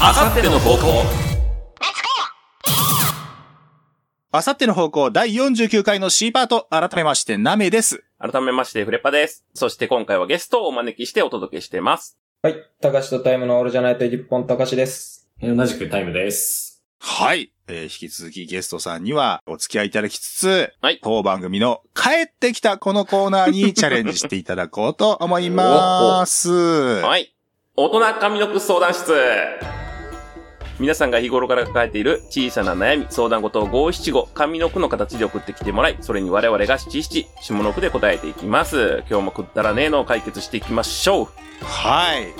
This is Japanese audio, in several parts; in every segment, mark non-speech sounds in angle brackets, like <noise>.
あさっての方向あさっての方向第49回の C パート、改めまして、ナメです。改めまして、フレッパです。そして今回はゲストをお招きしてお届けしてます。はい。たかしとタイムのオールじゃないと日本たかしです。同じくタイムです。はい。えー引き続きゲストさんにはお付き合いいただきつつ、はい当番組の帰ってきたこのコーナーにチャレンジしていただこうと思います。は。はいい。大人髪の句相談室。皆さんが日頃から抱えている小さな悩み、相談事を五七五、上の句の形で送ってきてもらい、それに我々が七七、下の句で答えていきます。今日もくったらねえのを解決していきましょう。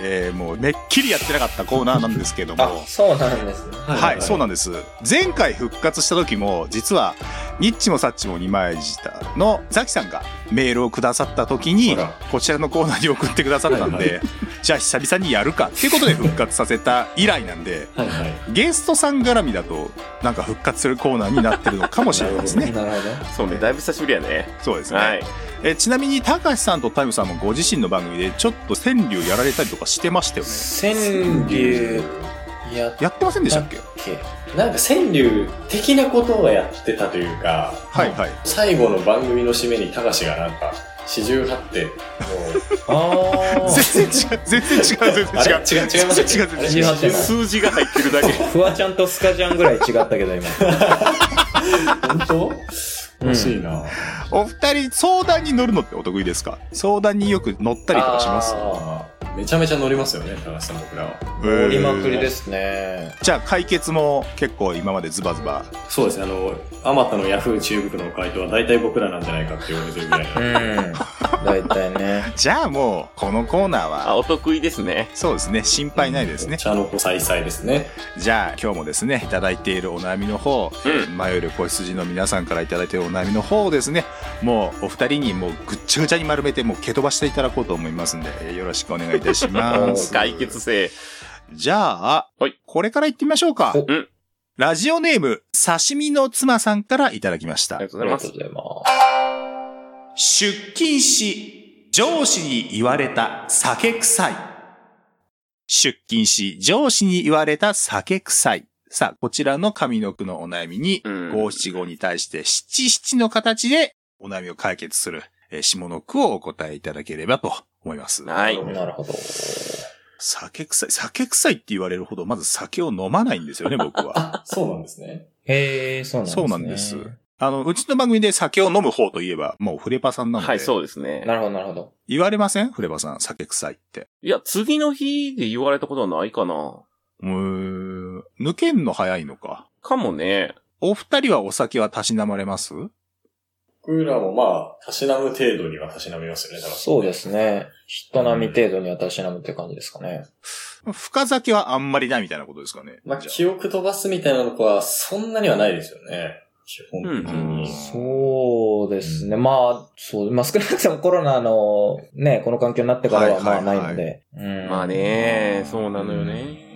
えーもうめっきりやってなかったコーナーなんですけども。あ、そうなんですね。ははい、そうなんです。前回復活した時も、実は、ニッチもサッチも二枚舌のザキさんがメールをくださった時にあら、こちらのコーナーに送ってくださったんはいで、 <laughs> じゃあ久々にやるかっていうことで復活させた以来なんで、はいはい。ゲストさん絡みだと、なんか復活するコーナーになってるのかもしれないですね。なるほど。そうね、だいぶ久しぶりやね。そうですね。はい。えちなみに、高橋さんとタイムさんもご自身の番組で、ちょっと川柳やられたりとかしてましたよね。川川柳、やっやってませんでしたっけけなんか川柳的なことをやってたというか、はいはい。最後の番組の締めにたかしがなんか、四十八 <laughs> 点の、あー。全然違う、全然違う、全あ然れ違う。違う、違いまし違たう違う違う違48点数字が入ってるだけ。フワちゃんとスカジャンぐらい違ったけど、今。本当うん惜しいな。 <laughs> お二人、相談に乗るのってお得意ですか相談によく乗ったりとかしますあーめちゃめちゃ乗りますよね、高橋さん僕らは。乗りまくりへーですね。じゃあ、解決も結構今までズバズバ。そうですね、あの、あまたのヤフー中国の回答は大体僕らなんじゃないかって言われてるぐらいのう。ん。だいたいね。じゃあもう、このコーナーあ、は、お得意ですね。そうですね、心配ないですね。茶の子さいさいですね。じゃあ、今日もですね、いただいているお悩みの方、うん迷える子羊の皆さんからいただいているお悩みの方をですね、もうお二人にもうぐっちゃぐちゃに丸めて、もう蹴飛ばしていただこうと思いますんで、えーよろしくお願いいたしま <laughs> す。解決性。じゃあ、はいこれから行ってみましょうか。おうんラジオネーム、刺身の妻さんからいただきましあたりが。とうあござりいまがすとう。ございます。出勤し、上司に言われた酒臭い。出勤し、上司に言われた酒臭い。さあ、こちらの上の句のお悩みに、うん五七五に対して七七の形でお悩みを解決する、えー下の句をお答えいただければと思います。はい。なるほど。酒臭い、酒臭いって言われるほど、まず酒を飲まないんですよね、僕は。あ、そうなんですね。へえ、そうなんですね。そうなんですあの、うちの番組で酒を飲む方といえば、もうフレパさんなので、はい、そうですね。なるほど、なるほど。言われませんフレパさん、酒臭いって。いや、次の日で言われたことはないかな。うーん、抜けんの早いのか。かもね。お二人はお酒はたしなまれます僕らもまあ、たしなむ程度にはたしなみますよね、高橋さんそうですね。人並み程度に私並むって感じですかね。深酒はあんまりないみたいなことですかね。まあ、じゃ記憶飛ばすみたいなのは、そんなにはないですよね。基本的うんに。そうですね。まあ、そう、まあ少なくともコロナのね、この環境になってからはまはあいはないいはいので。うんまあ。ね、そうなのよね。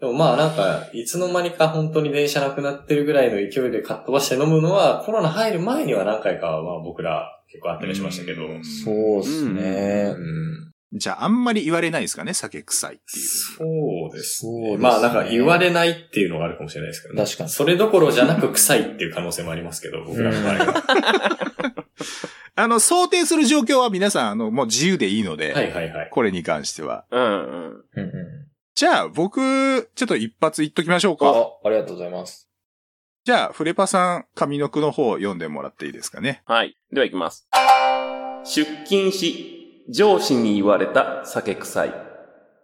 でもまあなんか、いつの間にか本当に電車なくなってるぐらいの勢いでかっ飛ばして飲むのは、コロナ入る前には何回かはまあ僕ら結構あったりしましたけど。うんそうですね。うんあじゃあ、あんまり言われないですかね酒臭いっていう。そうですそうねですねまあなんか言われないっていうのがあるかもしれないですけどね。確かにそれどころじゃなく臭いっていう可能性もありますけど、僕らの場合は。あの、想定する状況は皆さん、あの、もう自由でいいので、はいはいはい。これに関しては。うんうん。うんうん。じゃあ、僕、ちょっと一発言っときましょうか。あ、ありがとうございます。じゃあ、フレパさん、上の句の方を読んでもらっていいですかね。はい。では行きます。出勤し、上司に言われた酒臭い。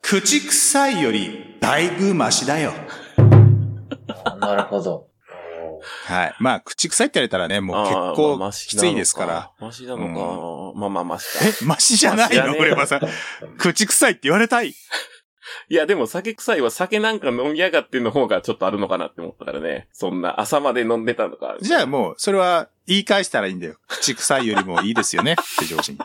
口臭いより、だいぶマシだよ。あなるほど。はい。まあ、口臭いって言われたらね、もう結あーま構あきついですから。。マシなのかマシなのか。まあまあマシか。え、マシじゃないマシだのねフレパさん。口臭いって言われたい。いや、でも酒臭いは酒なんか飲みやがっての方がちょっとあるのかなって思ったからね。そんな朝まで飲んでたとか。じゃあもう、それは言い返したらいいんだよ。口臭いよりもいいですよね。って上司に。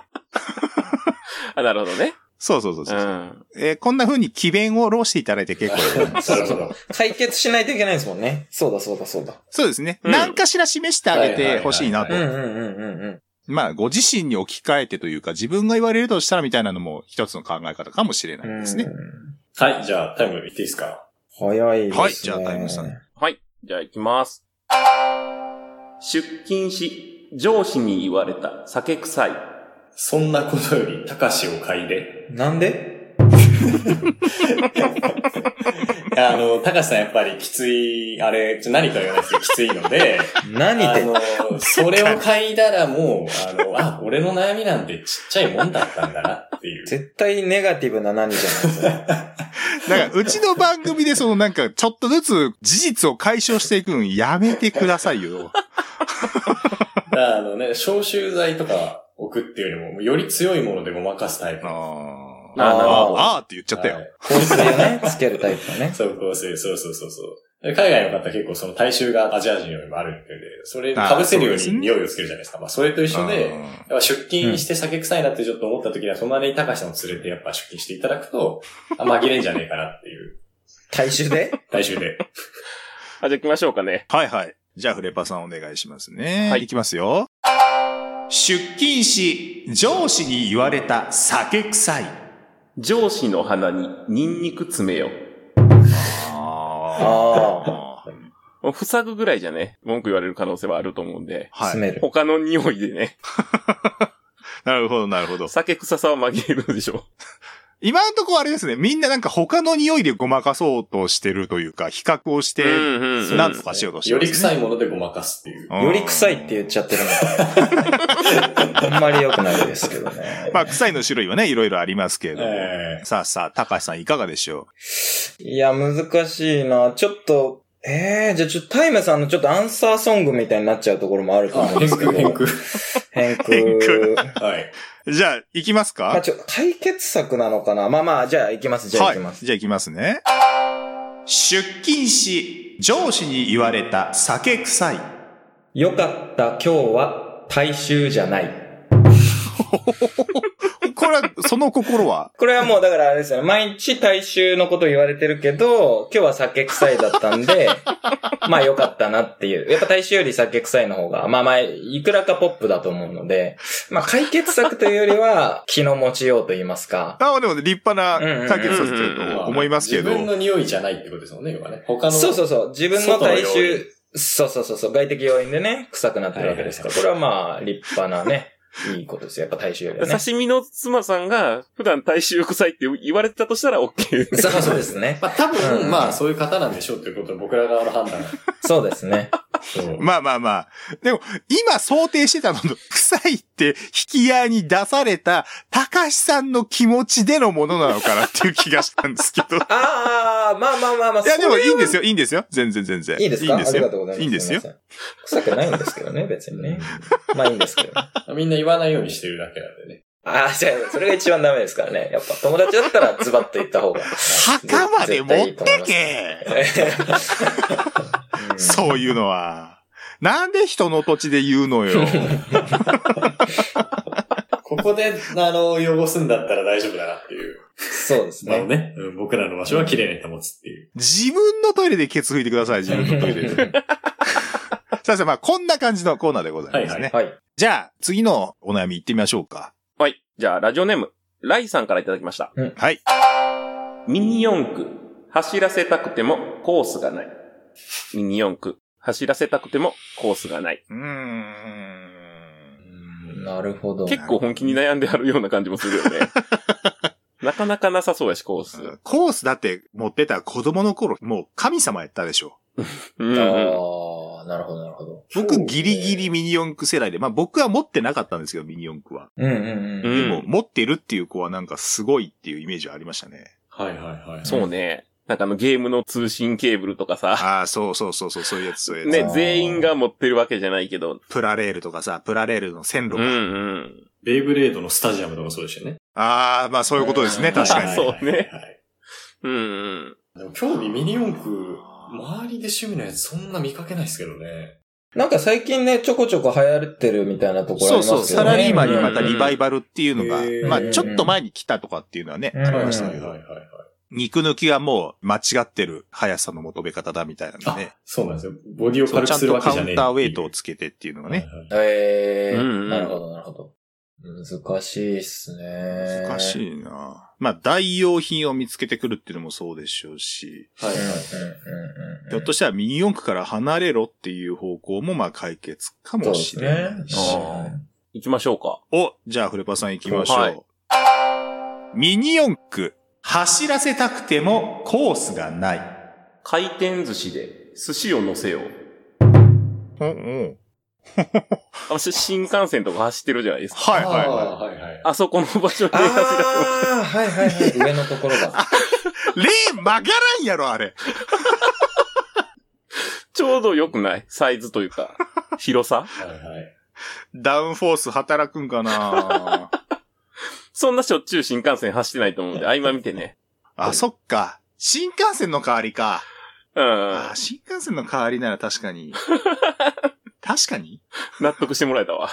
あ、なるほどね。そうそうそううそう、ん。えーこんな風に詭弁を漏していただいて結構です。なるほど。解決しないといけないですもんね。そうだそうだそうだ。そうですね。うん何かしら示してあげてほしいなうとん。うんうんうんうん。まあ、ご自身に置き換えてというか、自分が言われるとしたらみたいなのも一つの考え方かもしれないですね。うんはい、じゃあタイムいっていいですか早いですね。はいじゃあタイムさんはい。じゃあ行きます。出勤し、上司に言われた酒臭い。そんなことより、たかしを嗅いで。なんでいやあの、たかしさんやっぱりきつい、あれ、ちょ何か言わないですけど、きついので、何あでの、それを嗅いだらもう、あの、あ、俺の悩みなんてちっちゃいもんだったんだなっていう。絶対ネガティブな何じゃないですか。なんか、うちの番組でそのなんか、ちょっとずつ事実を解消していくのやめてくださいよ。だからあのね、消臭剤とか置くっていうよりも、より強いものでごまかすタイプ。あーはあなるほああーって言っちゃったよ。い香水をね、つけるタイプの <laughs> ね。そう、香水、そうそうそうそう。で海外の方結構その体臭がアジア人よりもあるっていうんで、それ被せるよあそうでうすにね匂いをつけるじゃないですか。まあそれと一緒で、うんやっぱ出勤して酒臭いなってちょっと思った時には、隣に高橋さんを連れてやっぱ出勤していただくと、あ、紛れんじゃねえかなって <laughs> いう、大衆で大衆で。あ、じゃあ行きましょうかね。はいはい。じゃあ、フレパさんお願いしますね。は。はいいいきますよ。出勤し、上司に言われた酒臭い。上司の鼻にニンニク詰めよ。あああ。あ。もう塞ぐぐらいじゃね、文句言われる可能性はあると思うんで、は詰い。める。他の匂いでね、なるほど、なるほど。酒臭さは紛れるでしょ今のところあれですね、みんななんか他の匂いでごまかそうとしてるというか、比較をしう。て、んうんうんなんとかしようとしてよますねり臭いものでごまかすっていう。うんより臭いって言っちゃってるの。あんまり良くないですけどね。 <laughs> まあ、臭いの種類はね、いろいろありますけれども。えさあさあ、高橋さんいかがでしょいや、難しいな。ちょっと、ええじゃあちょっとタイムさんのちょっとアンサーソングみたいになっちゃうところもあるえと思うん変ですけど。空変空。変空。変はい。うじゃあ、行きますまあかちょ、解決策なのかなまあまあ、じゃあ行きます。じゃあ行きます。じゃあ行きますね。出勤し、上司に言われた酒臭い。よかった、今日は大衆じゃない。これは、 <laughs> その心はこれはもうだからあれですよね。毎日大衆のこと言われてるけど、今日は酒臭いだったんで、まあよかったなっていう。やっぱ大衆より酒臭いの方が、まあまあ、いくらかポップだと思うので、まあ解決策というよりは、気の持ちようと言いますか。あでもね、立派な解決策うんうんだうんと思いますけど。自分の匂いじゃないってことですもんね、今ね。他の。そうそうう。そう。自分の大外の要因衆、そうそうそうそう。外的要因でね、臭くなってるわけですから。これはまあ、立派なね、いいことですよ。やっぱ大衆よりはね。刺身の妻さんが普段大衆臭いって言われてたとしたら OK。そうそうですね。まあ多分、うんまあそういう方なんでしょうっていうことは僕ら側の判断。そうですね。そうまあまあまあ。でも、今想定してたの <laughs> と、臭いって引き合いに出された、高橋さんの気持ちでのものなのかなっていう気がしたんですけど。いああ、まあまあまあまあ。や、でもいいんですよ。よ、いいんですよ。全然全 <laughs> 然。いいですかいいんですありよがとうござい。ます。いいんですよす。いません。臭くないんですけど <laughs> ね、別にね。まあいいんですけど。あみんな言わないようにしてるだけなんでね。あ、じゃあ、それが一番ダメですからね。やっぱ友達だったらズバッと言った方が。墓まで持ってけうんそういうのは。なんで人の土地で言うの <laughs> よ。ここで、あの、汚すんだったら大丈夫だなっていう。そうですまあね。ね、うん僕らの場所は綺麗に保つっていう。自分のトイレでケツ拭いてください、自分のトイレ <laughs> で。さあさあ、まあ、こんな感じのコーナーでございますね。はいははい。じゃあ、次のお悩み行ってみましょうか。はい。じゃあ、ラジオネーム、ライさんからいただきました。はい。ミニ四駆、走らせたくてもコースがない。ミニ四駆、走らせたくてもコースがない。うーん。なるほど。結構本気に悩んであるような感じもするよ <laughs> ね。なかなかなさそうやし、コース。コースだって持ってた子供の頃、もう神様やったでしょ。うんうん。ああ、なるほど、なるほど。僕ギリギリミニ四駆世代で、まあ僕は持ってなかったんですけど、ミニ四駆は。うんうんううん。んでも、持ってるっていう子はなんかすごいっていうイメージはありましたね。はいはいはい。そうね。なんかあのゲームの通信ケーブルとかさ。ああ、そうそうそうそう、そういうやつ、そういうやつ。ね、全員が持ってるわけじゃないけど。プラレールとかさ、プラレールの線路うんがうん。ベイブレードのスタジアムとかそうでしたよね。ああ、まあそういうことですね、うん確かに。あそうねはいはいはいうんうん。でも興味ミニ四駆、周りで趣味のやつそんな見かけないですけどね。なんか最近ね、ちょこちょこ流行ってるみたいなところありそうますけどそう、ね。サラリーマンにまたうんリバイバルっていうのへが、ーまあちょっと前に来たとかっていうのはね、うんありましはたいけはいはどい、はい。肉抜きがもう間違ってる速さの求め方だみたいなあのでね、そうなんですよ。ボディをそう軽ちくゃんするとわけカじウゃねえ。ンターウェイトをつけてっていうのがね、はいはい。ええうんうんなるほど、なるほど。難しいっすね。難い。しいなまあ、代用品を見つけてくるっていうのもそうでしょうし、はいはい。うんうんうんうん。ひょっとしたらミニ四駆から離れろっていう方向もまあ解決かもしれない。そうですねあー行きましょうか。お、じゃあフレパさん行きましょう。はいミニ四駆、走らせたくてもコースがない。回転寿司で寿司を乗せよう。うんうん。あし新幹線とか走ってるじゃないですか。はいはいははいはいはい。あそこの場所で走らああ、はいはいはい。上のところが。い。レーン曲がらんやろ、あれ。ちょうど良くないサイズというか、広さはいはい。ダウンフォース働くんか <laughs> なそんなしょっちゅう新幹線走ってないと思うんで、合間見てね。あ、そっか。新幹線の代わりか。うん。あ、新幹線の代わりなら確かに。確かに納得してもらえたわ。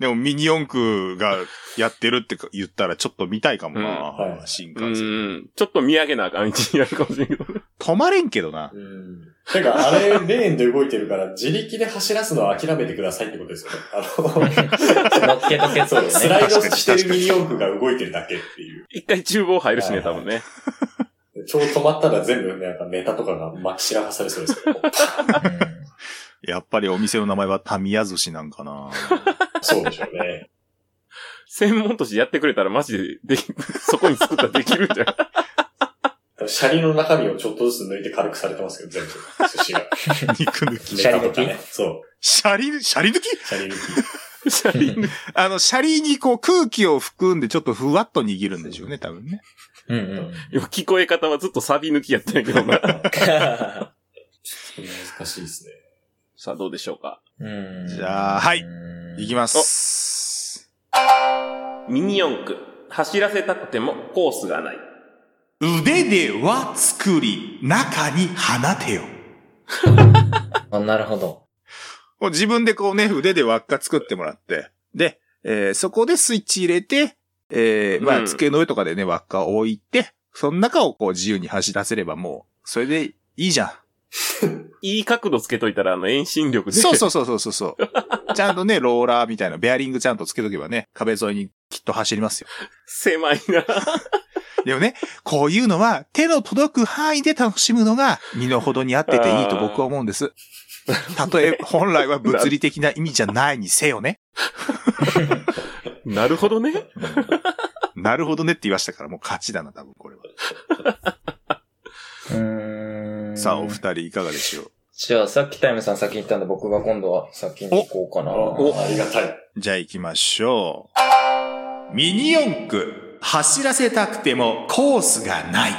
でもミニ四駆がやってるって言ったらちょっと見たいかもな、うんはい新う幹線。ん。ちょっと見上げなあかん道になるかもしれんけど。止まれんけどな。うん。てか、あれ、レーンで動いてるから、自力で走らすのは諦めてくださいってことですよね。あ乗っけとけそうの、ね。スライドしてるミニ四駆が動いてるだけっていう。一回厨房入るしね、多分ね。ちょうど止まったら全部、なんかネタとかがまき散らかされそうです <laughs> よ。うんやっぱりお店の名前はタミヤ寿司なんかな。そうでしょうね。専門としてやってくれたらマジででき、 <laughs> そこに作ったらできるんじゃん。車輪の中身をちょっとずつ抜いて軽くされてますけど、全部。寿司が。肉抜き。 <laughs> シャリ抜きネタとかねそう。シャリ、シャリ抜き車輪抜き。車輪抜きあの、シャリにこう空気を含んでちょっとふわっと握るんでしょうね、多分ね。うんうん。でも聞こえ方はずっとサビ抜きやったんやけどな。難しいですね。さあ、どうでしょうか。うんじゃあはい。いきまます。ミニ四駆、走らせたくてもコースがない。腕で輪作り、中に放てよ。す。なるほど。もう自分でこうね、腕で輪っか作ってもらって、で、えーそこでスイッチ入れて、えーまうあ、ん机の上とかでね、輪っかを置いて、その中をこう自由に走らせればもう、それでいいじゃん。いい角度つけといたら、あの、遠心力で。そうう。そうそうそうそう <laughs> そう。ちゃんとね、ローラーみたいな、ベアリングちゃんとつけとけばね、壁沿いにきっと走りますよ。狭いな。でもね、こういうのは手の届く範囲で楽しむのが身の程に合ってていいと僕は思うんです。たとえ本来は物理的な意味じゃないにせよね。なるほどね。なるほどねって言いましたからもう勝ちだな、多分これは。うーんさあ、お二人いかがでしょじゃあ、さっきタイムさん先行ったんで、僕が今度は先に行こうかな。お、ありがたい。うじゃあ行きましょう。ミニ四駆、走らせたくてもコースがない。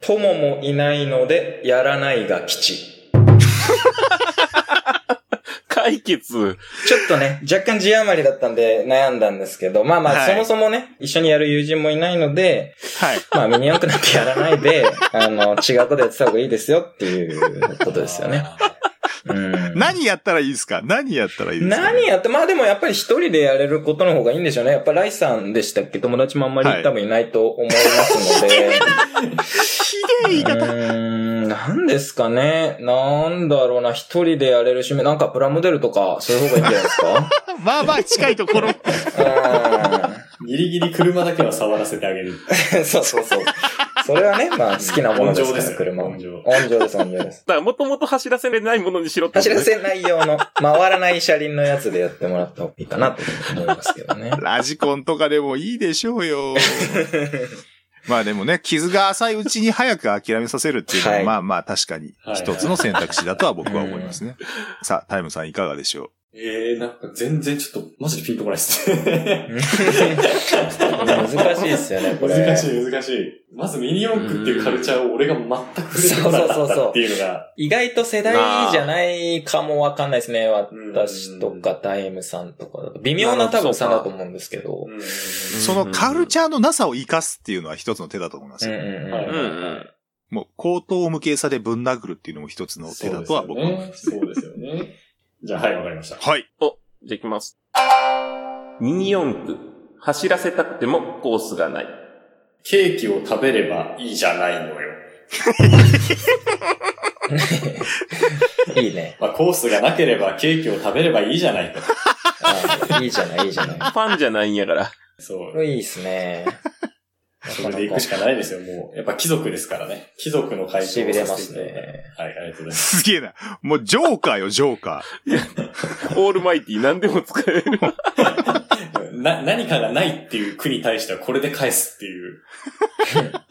友もいないので、やらないが吉。解決。ちょっとね、若干字余りだったんで悩んだんですけど、まあまはいあ、そもそもね、一緒にやる友人もいないので、はい。まあ、ミニ四駆なんてやらない <laughs> で、あの、違うことやってた方がいいですよっていうことですよね。うん何やったらいいですか何やったらいいですか何やって、まあでもやっぱり一人でやれることの方がいいんでしょうね。やっぱライさんでしたっけ友達もあんまりはい多分いないと思いますので。 <laughs> ひでえ言いう方。ーん、何ですかね。なんだろうな。一人でやれる趣味。なんかプラモデルとか、そういう方がいいんじゃないですかまあまあ近いところ。 <laughs> ギリギリ車だけは触らせてあげる。うーん <laughs> そうそうそう。それはね、まあ好きなものですか温情でら、すよ車は。温情温情です、温情です。だから、もともと走らせれないものにしろってこと走ねらせない用 <laughs> の、回らない車輪のやつでやってもらった方がいいかなと思いますけど <laughs> ね。ラジコンとかでもいいでしょうよ。まあでもね、傷が浅いうちに早く諦めさせるっていうのは、はいまあまあ確かに一つの選択肢だとは僕は思いますね。さあ、タイムさんいかがでしょええー、なんか全然ちょっと、マジでピンとこないですね。難しいですよね、 <laughs> これ。難しい、難しい。まずミニ四駆っていうカルチャーを俺が全く触れてこなかったっていうのが。意外と世代じゃないかもわかんないですね。うん私とかタイムさんとかだと。微妙な多分差だと思うんですけど。うんう。そのカルチャーのなさを生かすっていうのは一つの手だと思いまうすんうよ。んはいうんうん。もう、口頭無形さでぶん殴るっていうのも一つの手だとは僕は思いますね。そうですよね。そうですよねじゃあ、はい、わかりました。はい。じゃあ行きます。ミニ四駆、走らせたくてもコースがない。ケーキを食べればいいじゃないのよ。うん。いいね。まあ、コースがなければケーキを食べればいいじゃないと。あいいじゃない、いいじゃない。ファンじゃないんやから。そこう。れいいっすね。それで行くしかないですよ。もう、やっぱ貴族ですからね。貴族の会痺れますねはい、ありがとうございます。すげえな。もうジョーカーよ、ジョーカオールマイティー何でも使える。な、何かがないっていう国に対してはこれで返すっていう。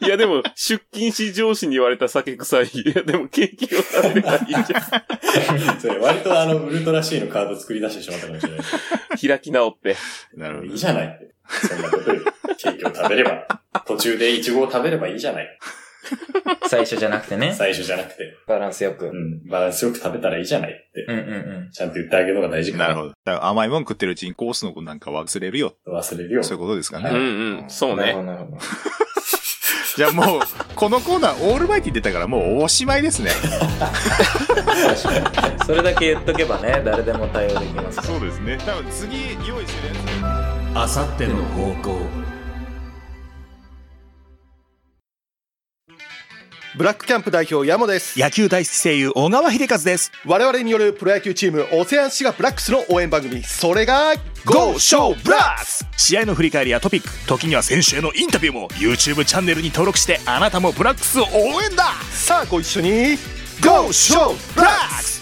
<laughs> いやでも、出勤し上司に言われた酒臭い。いやでも、ケーキを食べればいいじゃん。それ割とあの、ウルトラ C のカード作り出してしまったかもしれないです開き直って。ー。なるほいどい。じゃないって。そんなことより、ケーキを食べれば、途中でイチゴを食べればいいじゃない。最初じゃなくてね。最初じゃなくて、バランスよく。ううんん、バランスよく食べたらいいじゃないって、うんうん。ちゃんと言ってあげるのが大事かなるな。ほど。だから甘いもん食ってるうちにコースのことなんか忘れるよ。忘れるよ。そういうことですかね。うんうん。そうなるほね。ど、なるほど。じゃあもう、このコーナー、オールマイティ出たからもうおしまいですね。確かに。それだけ言っとけばね、誰でも対応できますから。そうですね。多分次用意してるやつ。あさっての方向ブラックキャンプ代表ヤモです野球大好き声優、小川秀和です。我々によるプロ野球チームオセアンシガブラックスの応援番組それが GO SHOW BLAST! 試合の振り返りやトピック、時には選手へのインタビューも YouTube チャンネルに登録して、あなたもブラックスを応援ださあご一緒に !GO SHOW BLAST!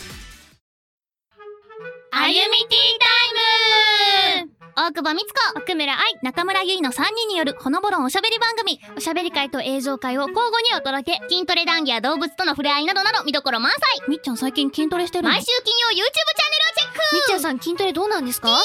あゆみティータイム大久保美津子、奥村愛、中村ゆいの3人によるほのぼろんおしゃべり番組、おしゃべり会と映像会を交互にお届け、筋トレ談義や動物との触れ合いなどなど見どころ満載みっちゃん最近筋トレしてる毎週金曜 YouTube チャンネルをチェックみっちゃんさん筋トレどうなんですか聞いてね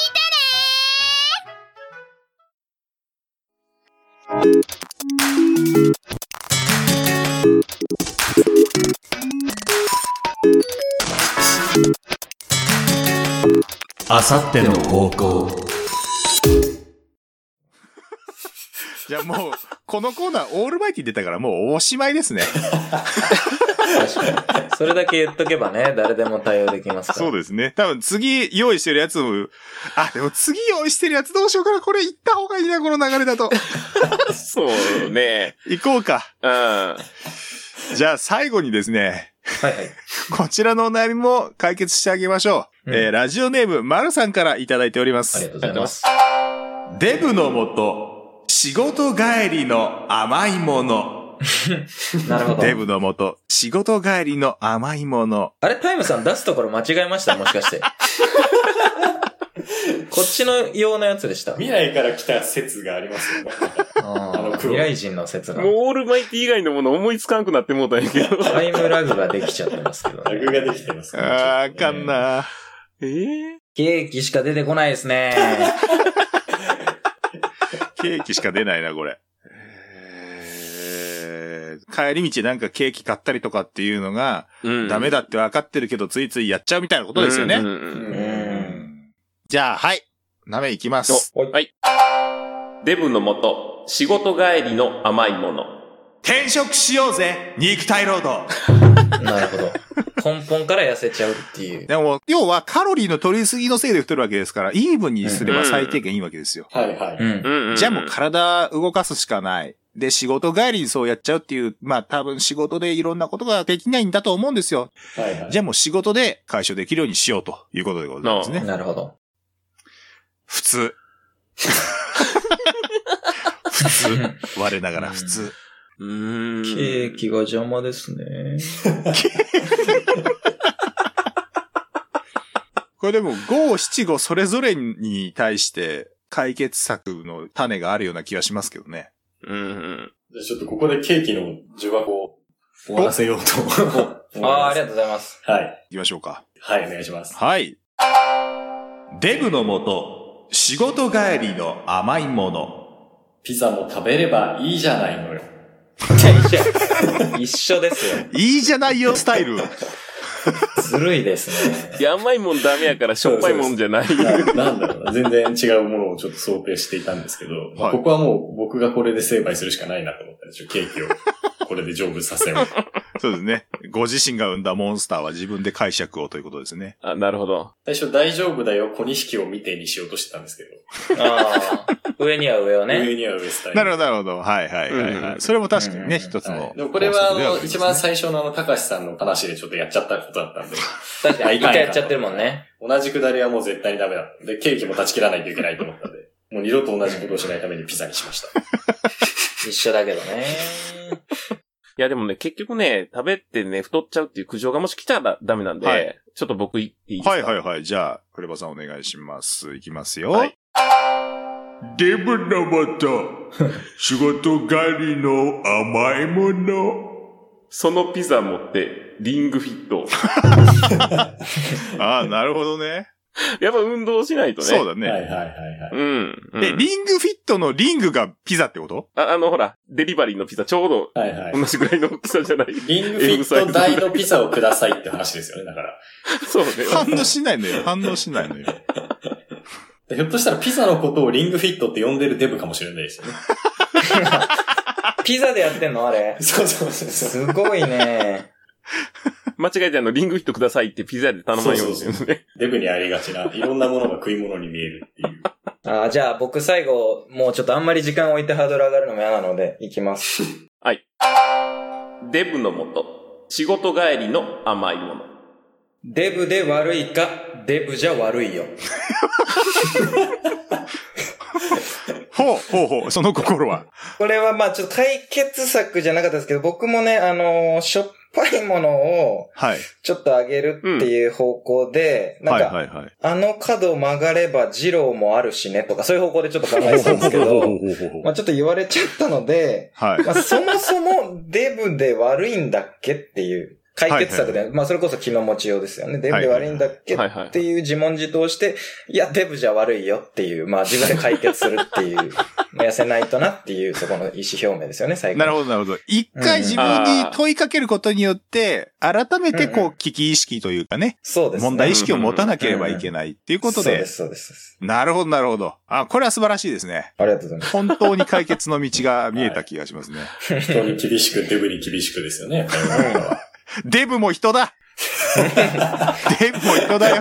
あさっての方向じゃあもう、このコーナー、オールマイティ出たからもうおしまいですね。確かに。それだけ言っとけばね、誰でも対応できますから。そうですね。多分次用意してるやつも、あ、でも次用意してるやつどうしようかな。これ行った方がいいな、この流れだ <laughs> と。そうね。行こうか。うん。じゃあ最後にですね、はいはい。こちらのお悩みも解決してあげましょう。うんえーラジオネーム、まるさんからいただいておりまありがすと。うございます。デブのもと、仕事帰りの甘いもの。なる <laughs> ほど。デブのもと、仕事帰りの甘いもの。あれ、タイムさん出すところ間違えましたもしかして。こっちの用のやつでした。未来から来た説がありますよね。ああのー黒未来人の説がもう。オールマイティー以外のもの思いつかんくなってもうたんやけど。タイムラグができちゃってますけど、ラグ <laughs> ね。ができてますあからーあかんな、ええケーキしか出てこないですね。ケーキしか出ないな、これ。えー帰り道なんかケーキ買ったりとかっていうのが、うんダメだって分かってるけど、ついついやっちゃうみたいなことですようんね。うんう。うんんじゃあ、はい。なめいきます。おはい。デブのもと、仕事帰りの甘いもの。転職しようぜ肉体労 <laughs> 働なるほど。根本から痩せちゃうっていう。。でも、要はカロリーの取りすぎのせいで太るわけですから、イーブンにすれば最低限いいわけですよ。はいはいうん。んじゃあもう体動かすしかない。で、仕事帰りにそうやっちゃうっていう、まあ多分仕事でいろんなことができないんだと思うんですよ。はいはい。じゃあもう仕事で解消できるようにしようということでございますね。なるほど。普通。普うん通。我ながら普通。うーん。ケーキが邪魔ですね。これでも5、7、5それぞれに対して解決策の種があるような気がしますけどね。うんうん。じゃあちょっとここでケーキの呪縛を終わらせようと。ああ、ありがれとうございます。はい。行きましょうか。はい、お願いします。はい。デブのもと、仕事帰りの甘いもの。ピザも食べればいいじゃないのよ。一緒。一緒ですよ。いいじゃないよ、スタイル。ずるいですね。いや、甘いもんダメやから、しょっぱいもんじゃない。 <laughs> ななんだろうな。全然違うものをちょっと想定していたんですけど、まあここはもう僕がこれで成敗するしかないなと思ったんですよ。ケーキをこれで成仏させよう。そうですね。ご自身が生んだモンスターは自分で解釈をということですね。あ、なるほど。最初大丈夫だよ、小錦を見てにしようとしてたんですけど、ああ。上には上をね。上には上スタイル。なるほど、なるほど。はいはいはい、うんはうんい。それも確かにうんうんうね、ん一つのはい。でもこれは法あ則での、るんです一ね番最初のあの、高橋さんの話でちょっとやっちゃったことだったんで。確かに、一回やっちゃってるもんね。同じくだりはもう絶対にダメだ。で、ケーキも断ち切らないといけないと思ったんで、 <laughs> もう二度と同じことをしないためにピザにしました。一緒だけどね。いや、でもね、結局ね、食べてね、太っちゃうっていう苦情がもし来たらダメなんで、はいちょっと僕いいですかはいはいはい。じゃあ、クレバさんお願いします。いきますよ。デブなまた、仕事帰りの甘いもの。そのピザ持って、リングフィット。ああ、なるほどね。やっぱ運動しないとね。そうだ。だね。はいはいはいはい。うん。うんで、リングフィットのリングがピザっ <laughs> てことああの、ほら、デリバリーのピザ、ちょうどはいはい。同じぐらいの大きさじゃない。リングフィット台のピザをくださいって話ですよね、だから。 <laughs> そうね。反応しないのよ。反応しないのよ。でひょっとしたらピザのことをリングフィットって呼んでるデブかもしれないですよね。ピザでやってんのあれ。 <laughs> そうそうそうそすう。ごいね。間違えてあの、リングフィットくださいってピザで頼まないようにしてるんですね。 <laughs> デブにありがちな、いろんなものが食い物に見えるっていう。あーじゃあ僕最後、もうちょっとあんまり時間置いてハードル上がるのも嫌なので、いきます。デブのもと、仕事帰りの甘いもの。デブで悪いか、デブじゃ悪いよ。ほうほうほう。その心は。これはまあちょっと解決策じゃなかったですけど、僕もね、あのーしょっぱいものをはい。ちょっと上げるっていう方向で、なんはいか、はいはい。あの角を曲がれば二郎もあるしねとか、そういう方向でちょっと考えてたんですけ <laughs> ど、まあちょっと言われちゃったので、はい。まあそもそもデブで悪いんだっけっていう解決策で、まあそれこそ気の持ちようですよね。デブで悪いんだっけはいはいっていう自問自答して、いや、デブじゃ悪いよっていう、まあ自分で解決するって <laughs> いう、まあ痩せないとなっていうそこの意思表明ですよね、最後。なるほど、なるほど。一回自分に問いかけることによって、改めてうんこうう、危機意識というかね、そうですね。問題意識を持たなければいけないっていうことそうでで、す、そうです。そうですなるほど、なるほど。あ、これは素晴らしいですね。ありがとうございます。本当に解決の道が見えた気がします <laughs> ね。人に厳しく、デブに厳しくですよね、やっぱり我々はデブも人 <laughs> だデブも人だよ。い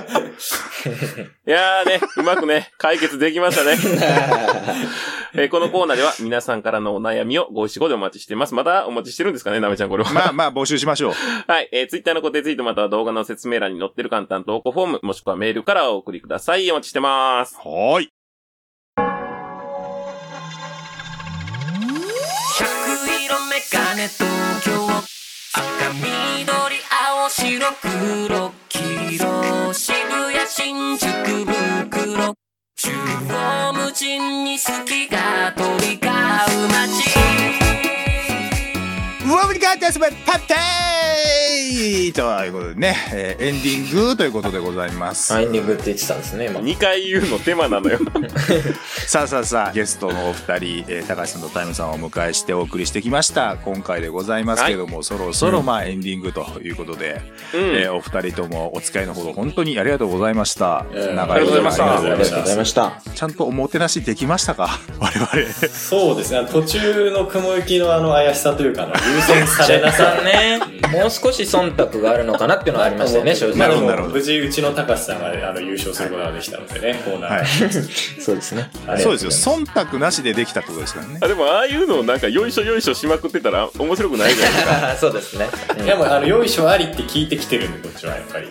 やーね、うまくね、解決できました <laughs> ね。えーこのコーナーでは皆さんからのお悩みを5、7、5でお待ちしています。またお待ちしてるんですかね、なめちゃんこれは。まあまあ募集しましょう。はい。えー、ツイッターの固定ツイートまたは動画の説明欄に載ってる簡単投稿フォーム、もしくはメールからお送りください。お待ちしてます。はーい。百色メガネ東京赤緑青白黒黄色渋谷新宿袋中央無尽に好きが飛び交う街上振り返って遊べパッテイということでね、えーエンディングということでございます。あエンディングって言ってたんですね、今。 2回言うの手間なのよ。さあさあさあゲストのお二人、えー高橋さんとタイムさんをお迎えしてお送りしてきました今回でございますけども、そろそろまあエンディングということで、うん。えーお二人ともお使いのほど本当にありがとうございました、えー長あいりがとうございましたありがとうございまいました。すちゃんとおもてなしできましたか我々そうですね、途中の雲行きのあの怪しさというか、あの優先されなささんね、もう少し忖度があるのかなっていうのはありましたよね、正直。まあなるでほどなるも、無事、うちの高橋さんがあの優勝することができたのでね、コーナー。はいそうですね。そうですよ忖度なしでできたってことですからねあでも、ああいうのをなんか、よいしょよいしょしまくってたら面白くないじゃないですか。 <laughs> そうですね。いやもうあの、よいしょありって聞いてきてるんで、こっちはやっぱり。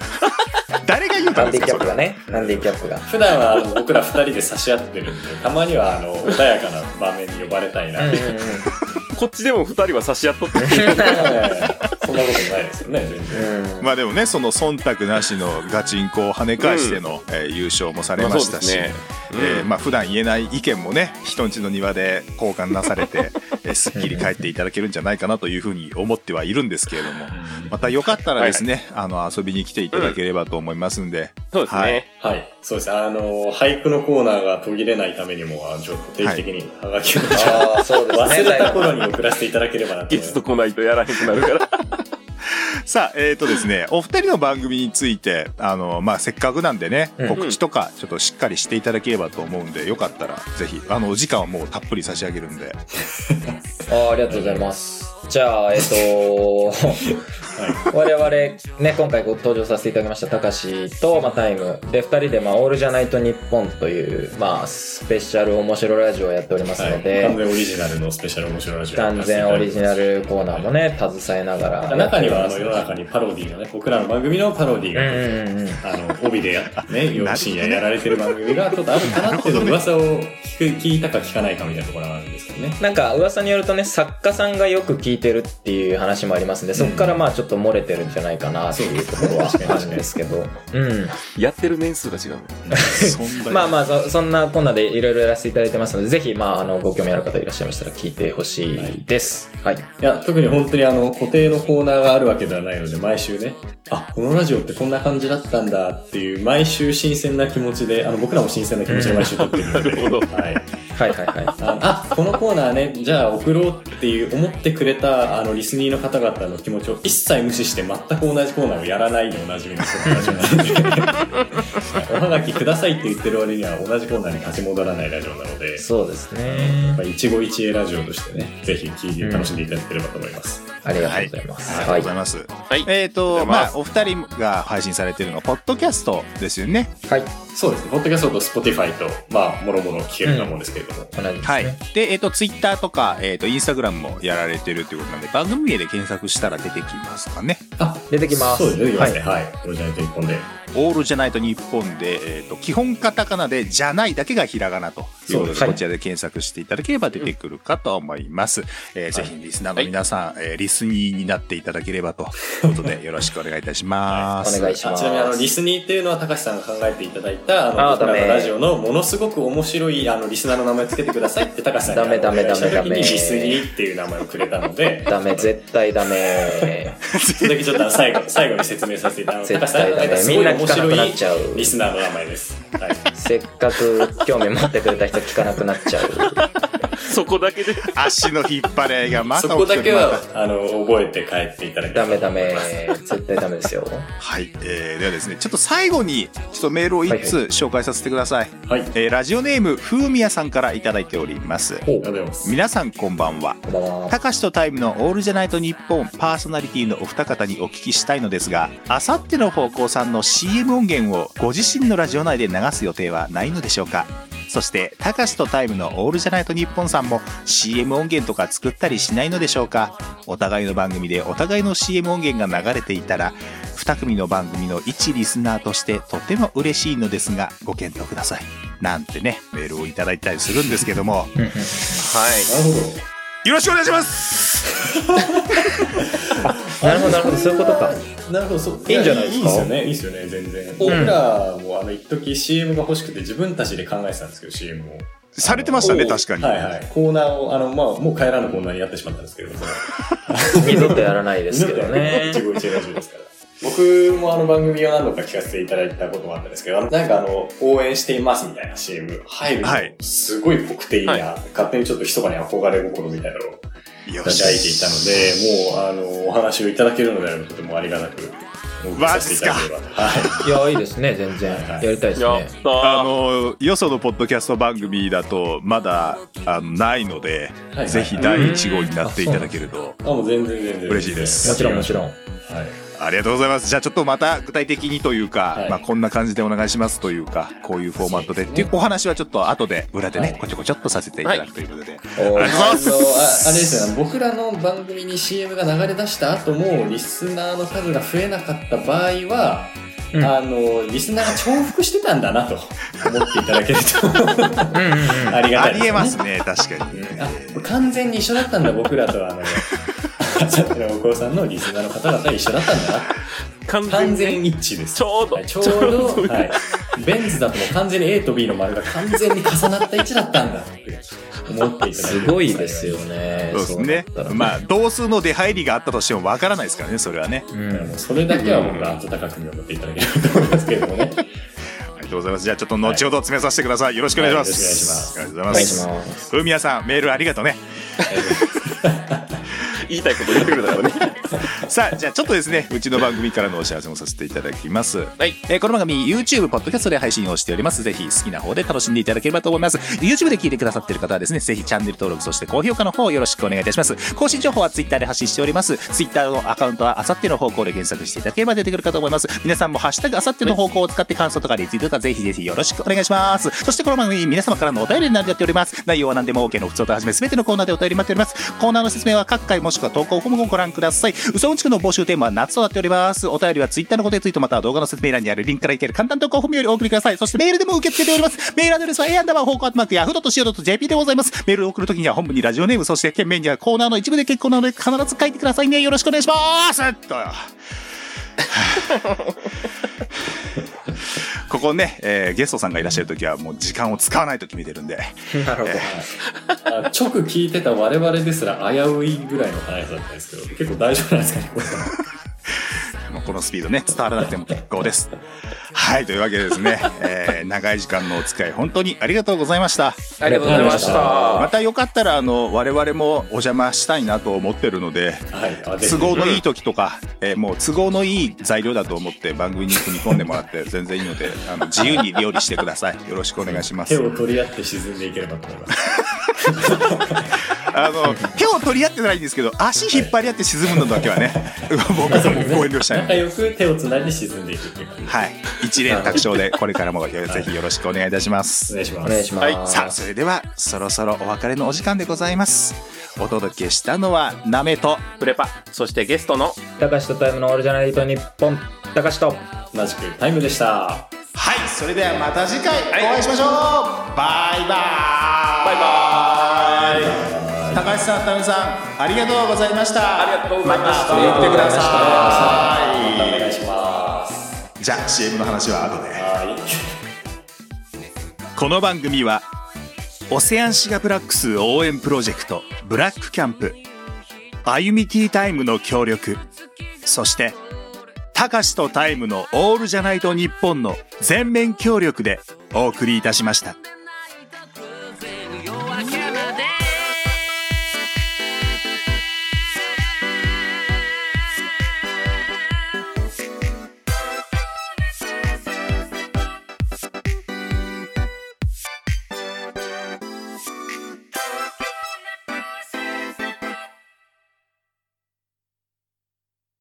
誰が言うたラんンでデすかそィキャップれがね、ランディキャップが。普段はあの僕ら二人で差し合ってるんで、たまにはあの、穏やかな場面に呼ばれたいなって。こっちでも2人は差し合っ <laughs> とって。そんなことないですよね、全然。まあでもねその忖度なしのガチンコを跳ね返しての、えー優勝もされましまあそうたし、ですねえーうんまあ普段言えない意見もね人んちの庭で交換なされて、 <laughs> えーすっきり帰っていただけるんじゃないかなというふうに思ってはいるんですけれどもまたよかったらですね、あの遊びに来ていただければと思いますんで、そうですね。はいはい。そうです。あの、俳句のコーナーが途切れないためにも、あのちょっと定期的にハガキを、ああ、そうですね。忘れた頃に送らせていただければなゲと思いまスすト。来 <laughs> ないとやらへんくなるから。さあえっ、とですねお二人の番組についてあの、まあ、せっかくなんでねうん告知とかちょっとしっかりしていただければと思うんでよかったらぜひあのお時間はもうたっぷり差し <laughs> 上げるんであーありがとうございます。じゃあ、えっと、我々、ね、今回ご登場させていただきました、たかしと、まあ、タイム。で、二人で、まあ、オールじゃないと日本という、まあ、スペシャル面白ラジオをやっておりますので、完全オリジナルのスペシャル面白いラジオ完全オリジナルコーナーもね、携えながら。中にはあの世の中にパロディーのね、僕らの番組のパロディーうが、んうんうん。あの、帯でや、ね、夜深夜やられてる番組がちょっとあるかなっていう噂を聞く聞いたか聞かないかみたいなところがあるんですけどね。なんか噂によるとね作家さんがよく聞いてるっていう話もありますんでそこからまあちょっと漏れてるんじゃないかなっていうところはあるんですけど、うん、やってる年数が違うね。まあまあそそんなこんなでいろいろやらせていただいてますのでぜひまああのご興味ある方いらっしゃいましたら聞いてほしいですはい、いや、特に本当にあの、固定のコーナーがあるわけではないので、毎週ね、あ、このラジオってこんな感じだったんだっていう、毎週新鮮な気持ちで、あの、僕らも新鮮な気持ちで毎週撮ってるので、ほどはい。はいはいはいああこのコーナーねじゃあ送ろうっていう思ってくれたあのリスニーの方々の気持ちを一切無視して全く同じコーナーをやらないでおなじみの人たちなんでおはがきくださいって言ってる割には同じコーナーに立ち戻らないラジオなの <laughs> で。そうですやっねぱ一期一会ラジオとしてね、ぜひ聞いて楽しんでいただければと思います。ありがとうございますありがとうはいございます。はいえありっ、と、がとうございまますあ、お二人が配信されているのが、ポッドキャストですよね。はいそうですね、ポッドキャストと Spotify と、まあ、もろもろ聞けると思うんですけれども、同じですね、はい。で、えっ、と、ツイッターとか、えっ、と、インスタグラムもやられてるということなんで、番組名で検索したら出てきますかね。あ、出てきますそうですね、出てきますね。ははい。これじゃないと一本で。オールじゃないと日本で、えっ、と、基本カタカナで、じゃないだけがひらがなということそうで、ですこちらで検索していただければ出てくるかと思います。えーぜひ、リスナーの皆さん、えーリスニーになっていただければということで、よろしくお願いいたします。お願いしまあすちなみにあのリスニーっていうのは高橋さんが考えていただいたあのあー僕らダメのラジオのものすごく面白いあのリスナーの名前つけてくださいって高橋さんにあのダメダメお願いした時ダメダメにリスニーっていう名前をくれたのでダメ絶対ダ <laughs> メそれだけちょっと最後 <laughs> 最後に説明させていただきます絶高橋さん対が考ダえたメすみごんいな面聞かなく白なっちゃいうリスナーの名前です、はい、せっかく興味持ってくれた人聞かなくなっちゃう <laughs> そこだ <laughs> けで。足の引っ張り合いがまたそ起きてるこだまけはたあの覚えて帰っていただけれダばメダメ。絶対ダメですよ。はい、えー、ではですねちょっと最後にちょっとメールを一通紹介させてください、はいありえーラジオネームふうみやさんからいただいておりますがとうございます皆さんこんばんはこんばんは。たかしとタイムの「オールじゃないと日本」パーソナリティのお二方にお聞きしたいのですがあさっての方向さんの CM 音源をご自身のラジオ内で流す予定はないのでしょうかそしてたかしとタイムの「オールじゃないと日本」さんも CM 音源とか作ったりしないのでしょうかお互いの番組でお互いの CM 音源が流れていたら2組の番組の一リスナーとしてとても嬉しいのですがご検討くださいなんてねメールをいただいたりするんですけどもなるほどよろしくお願いしますなるほど、なるほど、そういうことか。 <laughs> なるほど、そう。いいんじゃないですかいいですよね、いいですよね、全然。僕らも、あの、一時 CM が欲しくて自分たちで考えてたんですけど、CM を。されてましたねあの確かにはいはい。コーナーを、あの、まあ、もう帰らぬコーナーにやってしまったんですけ <laughs> ど、それ二度とやらないですけど <laughs> ね一。期一会ラジオですから。僕もあの番組を何度か聞かせていただいたこともあったんですけど、あのなんかあの、応援していますみたいな CM 入るとはいすごい僕的には、勝手にちょっと密かに憧れ心みたいなのをよ抱いていたので、もう、あの、お話をいただけるのであればとてもありがたく、マジっすかお聞きさせていただければはい。いや、いいですね、全然。やりたいですやっね。たあー。のよそのポッドキャスト番組だとまだあのないので、いはいぜひ第1号になっていただけるとあ、もう全然全然。嬉しいですもちろん、もちろん。ん。はい。ありがとうございますじゃあちょっとまた具体的にというか、はいまあ、こんな感じでお願いしますというかこういうフォーマットでっていうお話はちょっと後で裏でね、こちょこちょっとさせていただくということで、おーあの、ああれですよね、僕らの番組に CM が流れ出した後も、リスナーの数が増えなかった場合は、うんあの、リスナーが重複してたんだなと思っていただけるとうんうんありあがたいりえますね。ね確かに <laughs> ねあ、完全に一緒だったんだ、僕らとあの、あさってのお子さんのリスナーの方々一緒だったんだな。完完全に。全一致です。ちょうどはい。ちょうど、はい。ベンズだともう完全に A と B の丸が完全に重なった位置だったんだって思っていただけるすとごいですよね。そうですなったねらまあ同数の出入りがあったとしてもわからないですからねそれはねうん。それだけは僕は温かく見守っていただければと思いますけれど <laughs> もね。ありがとうございますじゃあちょっと後ほど詰めさせてください、よろしくお願いします、はありがとうございまお願いしすます。海谷さんメールありがとうね言いたいこと言ってくるだろうね。さあじゃあちょっとですねうちの番組からのお知らせもさせていただきます、はいえーこの番組 YouTube ポッドキャストで配信をしておりますぜひ好きな方で楽しんでいただければと思います YouTube で聞いてくださっている方はですねぜひチャンネル登録そして高評価の方よろしくお願いいたします更新情報は Twitter で発信しております Twitter のアカウントはあさっての方向で検索していただければ出てくるかと思います皆さんも「ハッシュタグあさっての方向」を使って感想とかリツイートとかぜひぜひよろしくお願いしますそしてこの番組皆様からのお便りになっております内容は何でも OK の普通とはじめ全てのコーナーでお便り待っておりますコーナーの説明は各回もしくは投稿フォームをご覧ください嘘うんちくの募集テーマは夏となっておりますお便りは Twitter のご定ツイートまたは動画の説明欄にあるリンクからいける簡単投稿フォームよりお送りくださいそしてメールでも受け付けておりますメールアドレスは a アンダーバー方向アットマークヤフー .co.jp でございますメールを送るときには本部にラジオネームそして件名にはコーナーの一部で結構なので必ず書いてくださいねよろしくお願いしますえっとここね、えーゲストさんがいらっしゃるときはもう時間を使わないと決めてるんでなるほど。あ直聞いてた我々ですら危ういぐらいの話だったんですけど、結構大丈夫なんですかね、これもうこのスピードね、伝わらなくても結構です。はい、というわけでですね、えー長い時間のお使い、本当にありがとうございました。ありがとうございました。またよかったら、あの、我々もお邪魔したいなと思ってるので、はい、あぜひ都合のいい時とか、えーもう都合のいい材料だと思って番組に組み込んでもらって全然いいので、あの自由に料理してください。よろしくお願いします手。を取り合って沈んでいければと思います。あの、手を取り合ってないんですけど、足引っ張り合って沈むのだけはね、僕それもご遠慮したいので仲。良く手をつないで沈んでいくっていう感じではい。一連卓勝で、これからもぜひよろしくお願いいたしますお。願いしまおす。願いします。さあそれではそろそろお別れのお時間でございますお届けしたのはなめとプレパ、そしてゲストの高橋とタイムのオールじゃないと日本、高橋と。同じくタイムでした。はいそれではまた次回お会いしましょう、バイバーイバイバイ高橋さん田めさんありがとうございましたありがとうございましたまた言ってくださいお願いしますじゃあ CM の話は後でこの番組はオセアンシガブラックス応援プロジェクトブラックキャンプ歩みティータイムの協力そしてたかしとタイムの「オールじゃないと日本の全面協力でお送りいたしました。